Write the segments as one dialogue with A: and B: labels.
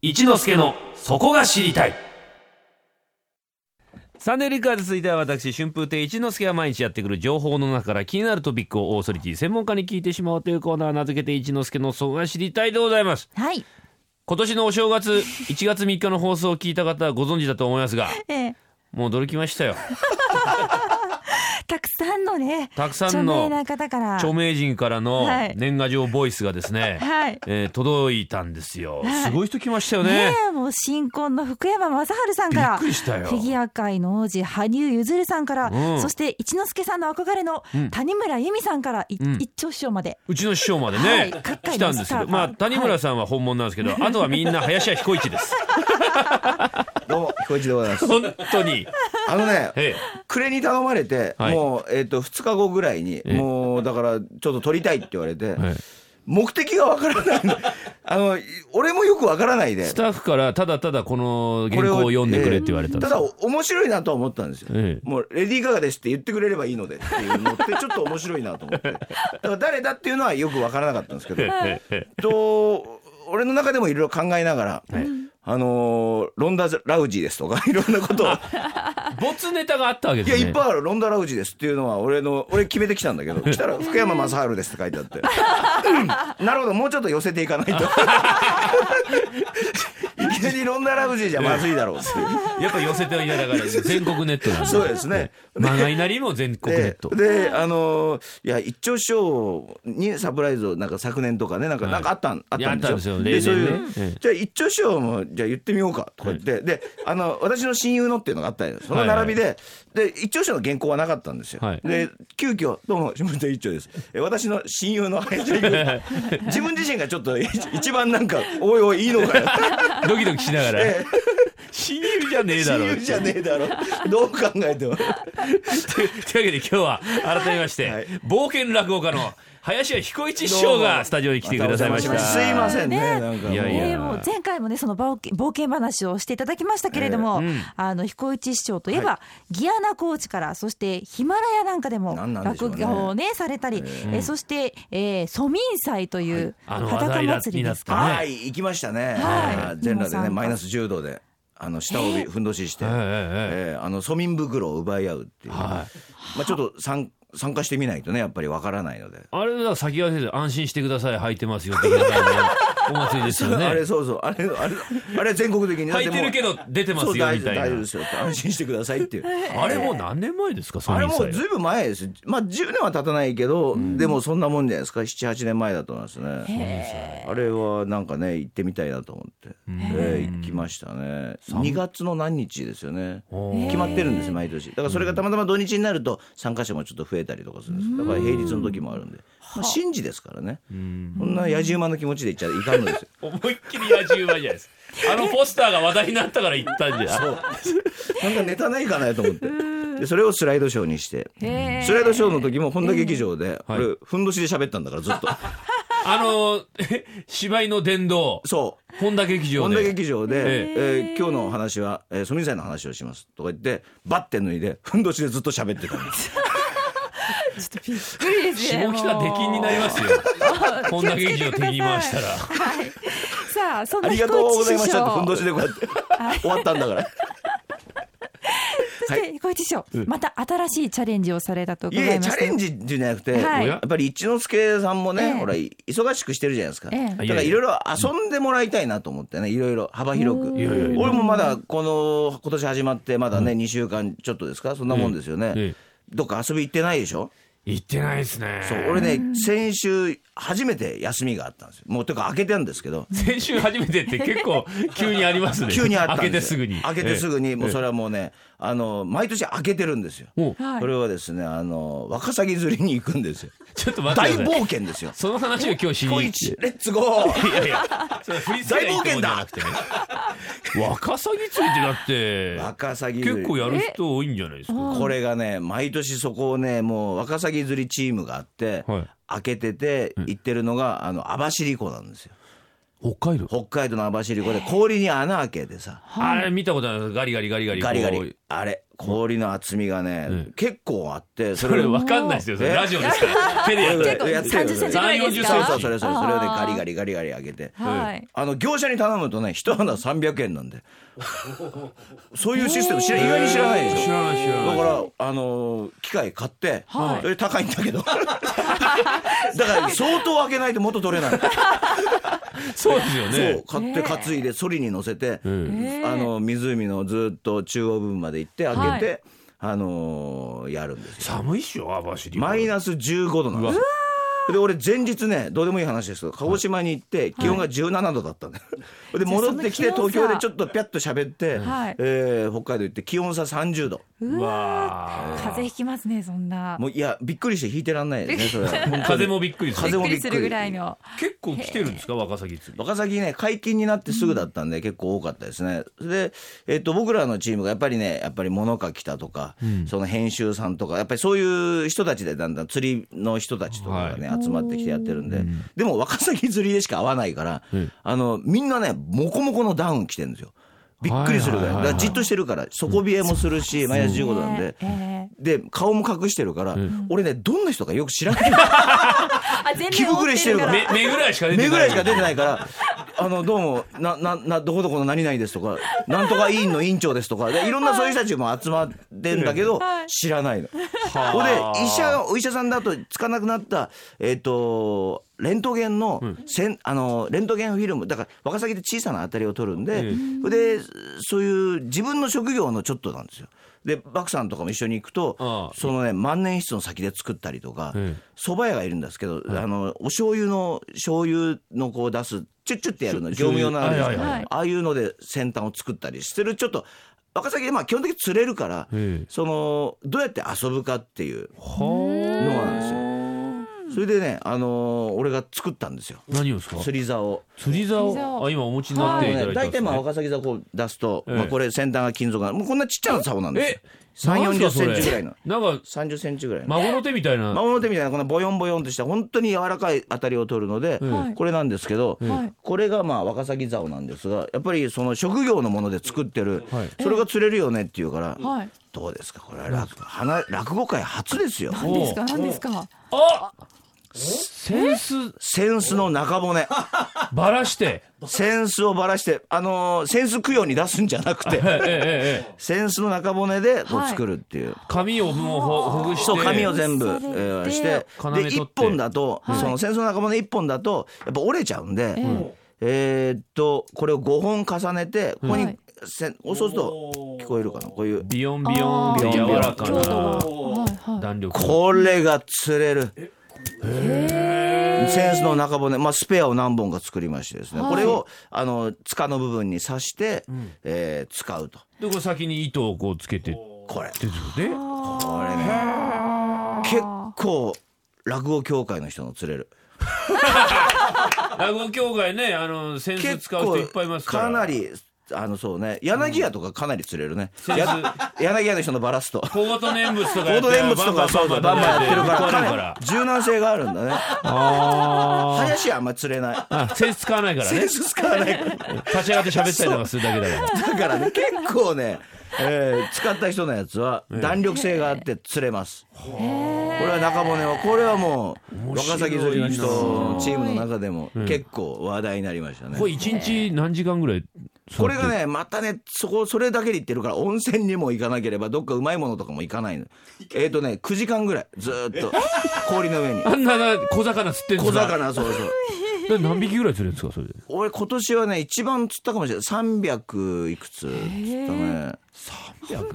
A: 一之助のそこが知りたいサンデーリッカーズ続いては私春風亭一之輔が毎日やってくる情報の中から気になるトピックをオーソリティ専門家に聞いてしまおうというコーナー名付けて一之輔のそこが知りたいでございます
B: はい。
A: 今年のお正月1月3日の放送を聞いた方はご存知だと思いますが
B: ええ
A: もう驚きま したよ
B: たくさんのね、
A: たくさ
B: 著
A: ん
B: 名
A: の
B: な方から。
A: 著名人からの
B: はい
A: 年賀状ボイスがですね、
B: はい。
A: えー届いたんですよ
B: はい
A: すごい人来ましたよ
B: ね
A: ね
B: えもう新婚の福山雅治さん
A: び
B: か
A: っ
B: ら
A: くりしたよ
B: フィギュア界の王子羽生結弦さんから、
A: うん
B: そして一之輔さんの憧れの
A: うん
B: 谷村由美さんから、い
A: うん
B: 一丁師匠まで
A: うちの師匠まで
B: は
A: ね
B: い、各界の
A: 来たんですけ
B: スター
A: ど、
B: が
A: まあ谷村さんは本物なんですけど、あとはみんな林家彦一 です。
C: どうも、彦一でございます。
A: 本当に。
C: あのね、
A: え
C: 暮れに頼まれて、
A: はい
C: もう、えっ、と、2日後ぐらいに、
A: え
C: もう、だから、ちょっと撮りたいって言われて、
A: えはい
C: 目的がわからない の。あの、い俺もよくわからないで
A: ス。タッフからただただこの原稿を読んでくれって言われたん
C: た
A: です
C: だ、面白いなとは思ったんですよ。
A: ええ
C: もう、レディー・ガガですって言ってくれればいいのでっていう のって、ちょっと面白いなと思って。だから、誰だっていうのはよくわからなかったんですけど、
A: えええ
C: と、俺の中でもいろいろ考えながら、
A: えはい
C: あのーロンダ・ラウジーですとか、いろんなことを。
A: 没ネタがあったわけ
C: い
A: で
C: や、
A: す
C: いっ
A: ね
C: ぱ。いある。ロンダ・ラウジですっていうのは、俺の、俺決めてきたん だけど、来たら、福山雅治ですって書いてあって。うんなるほど、もうちょっと寄せていかな いと。いきなりロンダ・ラウジーじゃまずいだろうっていう。
A: やっぱ寄せてはいながら全国ネットなんで。
C: そうです
A: え
C: ね
A: え。まがいなりも全国ネット。
C: でであのーいや一丁師匠にサプライズをなんか昨年とかねなんか,、
A: はい
C: なんかあったんあっ
A: いや
C: たんです
A: あ
C: よ
A: ったんですよ例年ね
C: そういう
A: ええ
C: じゃあ一丁師匠もじゃあ言ってみようかとか言って、であの私の親友のっていうのがあったんですその並びで、で一丁師匠の原稿はなかったんですよ、
A: はい
C: で急遽どうも下田一丁ですえ私の親友の林田君自分自身がちょっと一一番なんかおいおいいいのかよ
A: ドキドキしながら
C: え。
A: 親友じゃねえだ
C: 親
A: ろ。
C: 友じゃねえだろどう考
A: とい
C: えても。
A: うというわけで今日は改めまして、
C: はい
A: 冒険落語家の林家彦一師匠がスタジオに来てくださいました。
C: どうもすいませんね
B: ね
C: なんか
A: いやいや
B: えーもう前回もねその冒険冒険話をしていただきましたけれども、あの彦一師匠といえば、ギアナ高知からそしてヒマラヤなんかでも
C: なんなんでしょ
B: 落
C: うね
B: 語をねされたり、えーそして、えー、ソミン祭という
A: あの
B: 裸祭りです
A: 話題になっ
B: か。
C: はい、行きましたね。
B: はい
C: 全裸で
B: もう
C: ね、
B: 参加
C: マイナス10度で、あの
B: え
C: 下帯
B: え
C: ふんどしして、
A: え
C: え
A: ええ
C: えあの庶民袋を奪い合うっていう。
A: は
C: まあ、ちょっと参参加してみないとね、やっぱりわからないので。
A: あれだから先駆けで安心してください履いてますよって言うからねお祭りですよ
C: あれ
A: ね
C: そうそう、あれ、あれ、あれ全国的に。だ っ
A: 履いてるけど出てま
C: もうそう
A: すよ
C: 大
A: み
C: 丈夫
A: た
C: 大
A: い
C: 丈夫
A: な
C: ですよ安心してくださいっていう。
A: あれもう何年前ですかそ
C: あれ
A: の
C: もうずいぶん前です。まあ10年は経たないけど、でもそんなもんじゃないですか。7、8年前だと思いますね。あれはなんかね、行ってみたいなと思って。ええ行きましたね。2月の何日ですよね。
A: おー
C: 決まってるんですよ、毎年。だからそれがたまたま土日になると参加者もちょっと増えたりとかするんです。だから平日の時もあるんで。まあ、神事ですからね。こんな野じ馬の気持ちで行っちゃいかんのです よ。
A: 思いっきり野獣馬じゃないですあのポスターが話題になったから行ったんじ ゃん
C: なんかネタないかなと思 って。で、それをスライドショーにして。
B: へー
C: スライドショーの時も本田劇場で、
A: はい
C: 俺、ふんどしで喋ったんだからずっと。
A: あの え芝居の殿堂
C: そう。
A: 本田劇場
C: 本田
A: で
C: 劇場
A: え
C: で、えー今日のお話は、えー、ソミンサイの話をしますとか言って、バッて脱いで、ふんどしでずっと喋っ てたんです。
B: びっくりですね
A: 下北出禁になります よ本田劇場手に回したら
B: はい。さあそん
C: あ
B: な
C: り
B: 彦
C: がとう
B: 一
C: ござい
B: 師
C: ましたって、ふんど
B: 匠。
C: しでこう やって、終わったんだから。
B: そして彦一師匠、また新しいチャレンジをされたと
C: い
B: 伺
C: やい
B: い
C: や、
B: ま
C: チ
B: し
C: ャ
B: た
C: レン。ジじゃなくて、
B: はい
C: やっぱり一之輔さんも
B: え
C: ね、
B: え
C: ほら、忙しくしてるじゃないですか。
B: ええ
C: だからいろいろ遊んでもらいたいなと思ってね、いろいろ幅広く。俺もまだ、この、今年始まって、まだね、2週間ちょっとですか、そんなもんですよね。
A: ええ
C: どっか遊び行ってないでしょ
A: 行ってないですね
C: そう俺ね先週初めて休みがあったんですよもうてか開けてんで すけど
A: 先週初めてって結構急にありますね
C: 急にあったんで
A: 開けてす
C: す
A: ぐに
C: 開けてすぐに、もうそ
A: れ
C: れはもうねあの毎年開けてるんですよ、
A: もう
B: はい
C: それはですねあのワカサギ釣りに行くんですよ
A: ちょっと待って
C: 大
A: ください
C: 冒険ですよ
A: その話を今日しに
C: 小
A: 行っ
C: 一
A: て
C: レッツゴー
A: いやいやそれ振り付けないってもんじゃなくてねワカサギ釣りってだ
C: ワ
A: って
C: カサギ釣り
A: 結構やる人多いんじゃないですか
C: これがね毎年そこをねもうワカサギ釣りチームがあって、
A: はい
C: 開けてて行ってるのがあの網走湖なんですよ
A: 北海道
C: 北海道の網走湖で氷に穴開けてさ
A: あれ見たことないガリガリガリガリ
C: ガリガ
A: こう
C: リあれ氷の厚みがね、
A: ん
C: 結構あって
A: そ
C: そ
A: れ
C: を
A: わかんないですよそれ
C: え
A: ラジオですから手でやった
B: 結
A: ら
B: 構
C: やってる
B: 30センチぐらいです
A: 3 40
B: か
C: そうそうそれそれそれをね
B: あー
C: ガリガリガリガリ開けて
B: はい
C: あの業者に頼むとね一花300円 なんでそういうシステム知ら意外に知らないでしょ
A: 知らない知らな
C: だ
A: い
C: からあのー機械買って、
B: はい
C: それ高いんだけど だから相当開けないと元取れない、
A: そうですよ
C: そ
A: ね
C: う買って担いでソリに乗せて、
A: うん
B: へー
C: あの湖のずっと中央部分まで行って開けて、あのーやるんですよ
A: 寒いっしょ網走
C: マイナス15度なんですよで俺前日ねどうでもいい話ですけど鹿児島に行って気温が17度だったんだよ、 で戻ってきて
B: じゃあその
C: 東
B: 気温差
C: 京でちょっとピャッと喋って、
B: はい
C: えー北海道行って気温差30度
A: うわー
B: 風邪ひきますねそんな
C: もういやびっくりして引いてらんないですねそれは本当に
A: 風もびっくりす
B: び
C: 風
A: る
B: っ
C: も
B: く
C: び
B: り
C: っく
B: す
C: り
B: るぐらいの
A: 結構来てるんですかワカサギ釣り
C: 若崎ね解禁になってすぐだったんで、結構多かったですねで、えっと僕らのチームがやっぱりねやっぱり物書きたとか、その編集さんとかやっぱりそういう人たちでだんだん釣りの人たちとかがね、集まってきてやってるんで、でも若崎釣りでしか会わないから、あのみんなねモコモコのダウン着てるんですよびっくりするぐらい,、
A: はいはいはいはい
C: だからじっとしてるから底冷えもするし、マイナス15度なんで。
B: えー
C: で顔も隠してるから、俺ねどんな人かよく知らない
B: あ全
C: 気
B: 然覆
C: 膨
B: っ
C: れしてるから
A: 目目ぐらいしか出てない
C: 目ぐらいしか出てないから、あの、どうも、な、な、な、どこどこの何々ですとか、なんとか委員の委員長ですとか、でいろんなそういう人たちも集まってんだけど、知らないの。ほ
A: はあ
C: で、医者、お医者さんだとつかなくなった、えっ、と、レントゲンの、せん、あの、レントゲンフィルム、だから、ワカサギって小さな当たりを取るんで、それで、そういう自分の職業のちょっとなんですよ。で、バクさんとかも一緒に行くと、
A: ああ
C: そのね、万年筆の先で作ったりとか、
A: え
C: 蕎麦屋がいるんですけど、あのお醤油の醤油のこう出すチュッチュってやるの業
A: 醤
C: 務用
A: 油
C: なんですけど、
A: はい
B: はいはい
C: ああいうので先端を作ったりしてるちょっと若崎でまあ基本的に釣れるから、
A: ええ
C: そのどうやって遊ぶかっていう
A: は
C: のなんですよ。それでね、あのー俺が作ったんですよ
A: あ何をですか
C: 釣り竿
A: 釣り竿
B: 釣り竿
A: あ今お持ちになっ
C: あ
A: て
C: の
A: いただ
C: ね
A: いたん
C: 大
A: で
C: 体
A: す
C: まあ
A: ね
C: 若崎竿こう出すと、
A: ええ
C: まあ、これ先端が金属がもうこんなちっちゃな竿なんですよ3 4 0センチぐらいの
A: なんか
C: 3 0センチぐらいの
A: 孫の手みたいな
C: 魔物手みたいなこのボヨンボヨンとした本当に柔らかい当たりを取るので、
B: はい
C: これなんですけど、
B: はい
C: これがまあワカサギ竿なんですがやっぱりその職業のもので作ってる、
A: はい
C: それが釣れるよねっていうから、
B: はい
C: どうですかこれは落花落語界初ですよ。
B: 何ですか何ですか
A: あセンス
C: センスの中骨
A: ばらして
C: センスをばらしてあのーセンス供養に出すんじゃなくて
A: ええええええ
C: センスの中骨でこう
B: はい
C: 作るっていう。
A: 髪をもうほほぐして
C: そう紙を全部、え
B: それで
C: ーして
A: 要取
C: で
A: って
C: 一本だと、
B: はい
C: その戦争の仲間の一本だとやっぱ折れちゃうんで、えーっとこれを5本重ねてここに、
B: はい
C: せんそうすると聞こえるかなこういう
A: ビヨンビヨンって
C: あー
A: 柔らか
B: 強度が
A: な
B: はいはい
A: 弾力
C: これが釣れる。センスの中骨、まあ、スペアを何本か作りましてですね、
B: はい
C: これをあの塚の部分に刺して、えー使うと
A: でこれ先に糸をこうつけてって
C: これ
A: ことね
C: これね結構落語協会の人の釣れる
A: 落語協会ねあのセンス
C: 結
A: 使う人
C: 構
A: いっぱいいますから
C: かなりあのそうね柳屋とかかなり釣れるね、
A: うん
C: や柳屋の人のバ ラすと
A: 高度念仏とか
C: 高
A: や
C: 度
A: ったら
C: 念仏とかそうそうバンバンやってるから
A: バンバンやってる
C: か
A: から
C: なり柔軟性があるんだね
A: あ
C: 林はあんま釣れない
A: ーあセンス使わないから
C: セ
A: ね
C: ンス使わないから
A: 立ち上がって喋ったりとかするだけだから
C: だからね結構ね、えー使った人のやつは弾力性があって釣れます、これは中骨はこれはもう
A: 面白いな
C: 若崎釣りの人のチームの中でも結構話題になりましたね、
A: これ一日何時間ぐらい
C: これがねまたねそこそれだけで行ってるから温泉にも行かなければどっかうまいものとかも行かないのえっ、とね9時間ぐらいずーっと氷の上 に
A: あんなな小魚釣ってんす
C: 小
A: か
C: 魚そうそう
A: で何匹ぐらい釣れるんですかそれで
C: 俺今年はね一番釣ったかもしれない300いくつ釣ったね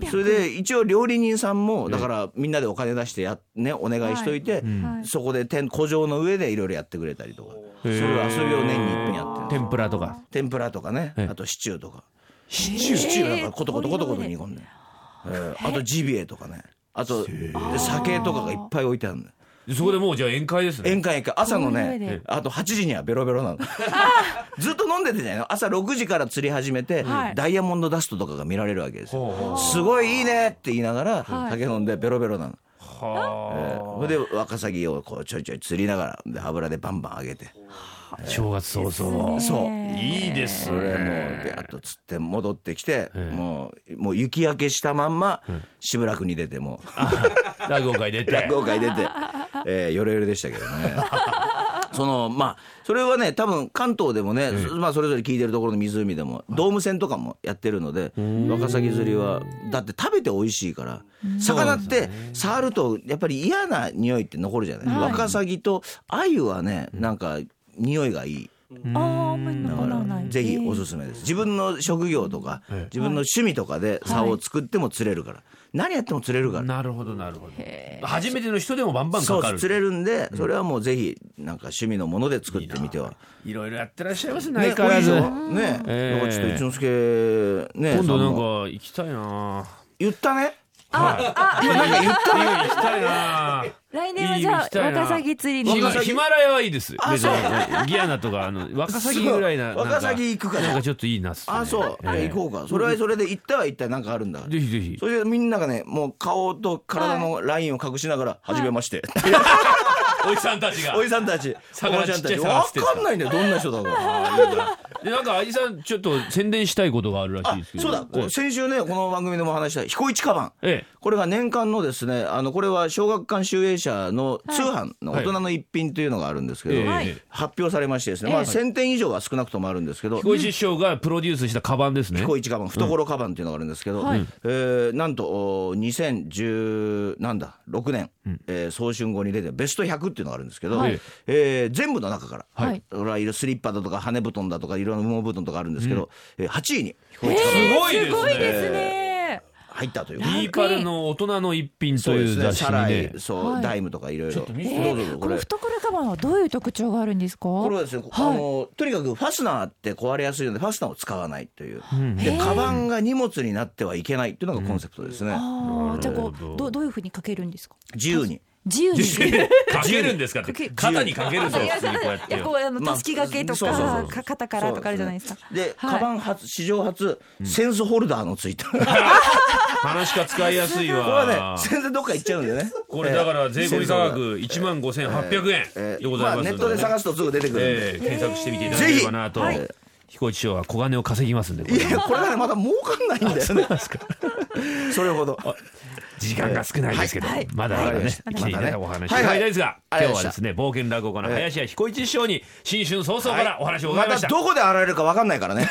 C: それで一応料理人さんもだからみんなでお金出してやねお願いしといて、
B: はい
C: そこで天古城の上でいろいろやってくれたりとかそういう遊びを年に一遍やってるんです
A: 天ぷらとか
C: 天ぷらとかね
A: ええ
C: あとシチューとか
A: シ
C: シチューなん
B: え
C: か
B: ー
C: コトコトコトコト煮込んで、えーあとジビエとかねあとで酒とかがいっぱい置いてあるの
A: そこでもうじゃあ宴会ですね
C: 宴会宴会朝の
B: 氷の上
C: ね
B: で
C: あと8時にはベロベロなのずっと飲んでてね朝6時から釣り始めて、
B: はい
C: ダイヤモンドダストとかが見られるわけですよ、
A: ほうほう
C: すごいいいねって言いながら
B: はい
C: 酒飲んでベロベロなの、えー
A: は
C: それでワカサギをこうちょいちょい釣りながらで油でバンバン揚げて
A: 正月早々
C: そう
A: いいです
C: それもうビャッと釣って戻ってきて、もうもう雪明けしたまんま、しばらくに出ても
A: 落語会出
C: う
A: て
C: 落語会出て、えー、よれよれでしたけどね そのまあそれはね多分関東でもね、まあ、それぞれ聞いてるところの湖でもドーム戦とかもやってるのでワカサギ釣りはだって食べて美味しいから魚って触るとやっぱり嫌な匂いって残るじゃない、ワカサギと鮎はねなんか匂いがいい。
B: ああ、あんまり残らない。
C: ぜひお
B: え
C: すすめです。自分の職業とか、
A: ええ
C: 自分の趣味とかで竿を作っても釣れるから、何やっても釣れるから。
A: なるほどなるほど初めての人でもバンバン
C: そ
A: か
C: う
A: か
C: 釣
A: る
C: れるんで、それはもうぜひなんか趣味のもので作ってみてはい
A: ろいろやってらっしゃいますね
C: ね
A: 相変わらず
C: 多いでしょね
A: ええ
C: だからちょっと一之輔ね
A: 今度な
C: さ
A: ん
C: んも
A: か行きたいな
C: 言ったね
A: 今なんか言ったね行きたいな
B: 来年はじゃ
A: 行
B: あ
A: きたいな
B: ワカサギ釣り
A: ヒマ
B: に。
A: ヒマラヤはいいです
C: あそう
A: 別にギアナとかあのワカサギぐらいな
C: そうワカサギ行くか
A: なん
C: ら
A: かちょっといいなっすね
C: あそう、
A: ええ
C: 行こうかそれはそれで行ったは行ったなんかあるんだから
A: ぜひぜひ
C: それでみんながねもう顔と体のラインを隠しながら「はじめまして」
A: おじさんたちが
C: おじさんたちお
A: 魚
C: ばちゃんた
A: ちっ
C: ち
A: ちゃい魚
C: わ
A: 釣ってる
C: かんないんだよどんな人だか
A: でなんかあじさんちょっと宣伝したいことがあるらしい
C: あ
A: ですけど
C: そうだ、こ
A: え
C: う先週ねこの番組でもお話しした彦一カバン、
A: え
C: これが年間のですねあのこれは小学館集英社の通販の
A: はい
C: 大人の一品というのがあるんですけど、
A: ええ
B: はい
A: え
C: 発表されましてですね、まあ、1000点以上は少なくともあるんですけど
A: 彦一師匠がプロデュースしたカバンですね
C: 彦一カバン懐カバンっていうのがあるんですけど、
B: はい
C: えーなんとお2010なんだ6年、えー早春号に出てベスト100っていうのがあるんですけど、
A: はい
C: えー全部の中から、
B: はい
C: 俺はいろスリッパだとか羽根布団だとかいろんな羽毛布団とかあるんですけど、えー8位に彦一カバン
A: すごいですね
B: すごいですね。
C: 入ったという。
A: イーパルの大人の一品と
C: そう
A: い
C: で
A: う
C: す
A: 雑
C: ね。
A: 誌
C: サ
A: に
C: ラ
A: ね
C: イ、そう、
B: はい
C: ダイムとかいろいろ。どう
B: え
C: ぞどう
B: ー
C: ぞ
B: こ
C: こ
B: の
C: れ。
B: 懐カバンはどういう特徴があるんですか。
C: これはですね、
B: はい
C: あのとにかくファスナーって壊れやすいのでファスナーを使わないとい
B: へ
C: う、で
B: ー
C: カバンが荷物になってはいけないっていうのがコンセプトですね、
B: ああ、じゃあこ
A: なるほど
B: うどどういうふうにかけるんですか。
C: 自由に
B: 自由に。
A: かけるんですかっ
B: か
A: て
B: け
A: 肩にかけるんですよ普通にこうやっ
B: い
A: て
B: やこうあの
C: まあ
B: たすきがけと
C: そうそうそう
B: かか肩からとかあるじゃないですか。
C: で,、
B: はい
C: カバン初史上初センスホルダーのついた これ
A: 話しか使いやすい
C: は
A: わ
C: ね全然どっか行っちゃうんだよね
A: これだから税込み価
C: えー
A: 格1万5800
C: え
A: 円で
C: ー
A: ご
C: ま
A: ざい
C: あ
A: ます
C: ネットで探すとすぐ出てくるんで、
A: ええ検索してみていただければなと
C: ぜひはい
A: 彦一師匠は小金を稼ぎますんでこれ
C: いやこれがねまだ儲かんないんだよね それほど
A: 時間が少ないですけど、
B: はい
A: まだまだ
C: はい
A: ね、生きていただいたお話伺
C: はい
A: い
C: はい
A: たいですが、
C: ありが
A: 今日はで
C: とうございました
A: すね、冒険落語家の林家彦一師匠に新春早々からお話を伺
C: ま
A: いましたた。
C: どこで現れるか分かんないからね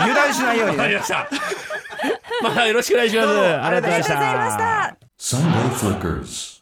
C: 油断しないように
A: わか
C: ね
A: りました。またよろしくお願いします。
C: どうも
A: ありがとうございまし
B: ありがとうございましたた。
D: Sunday Flickers.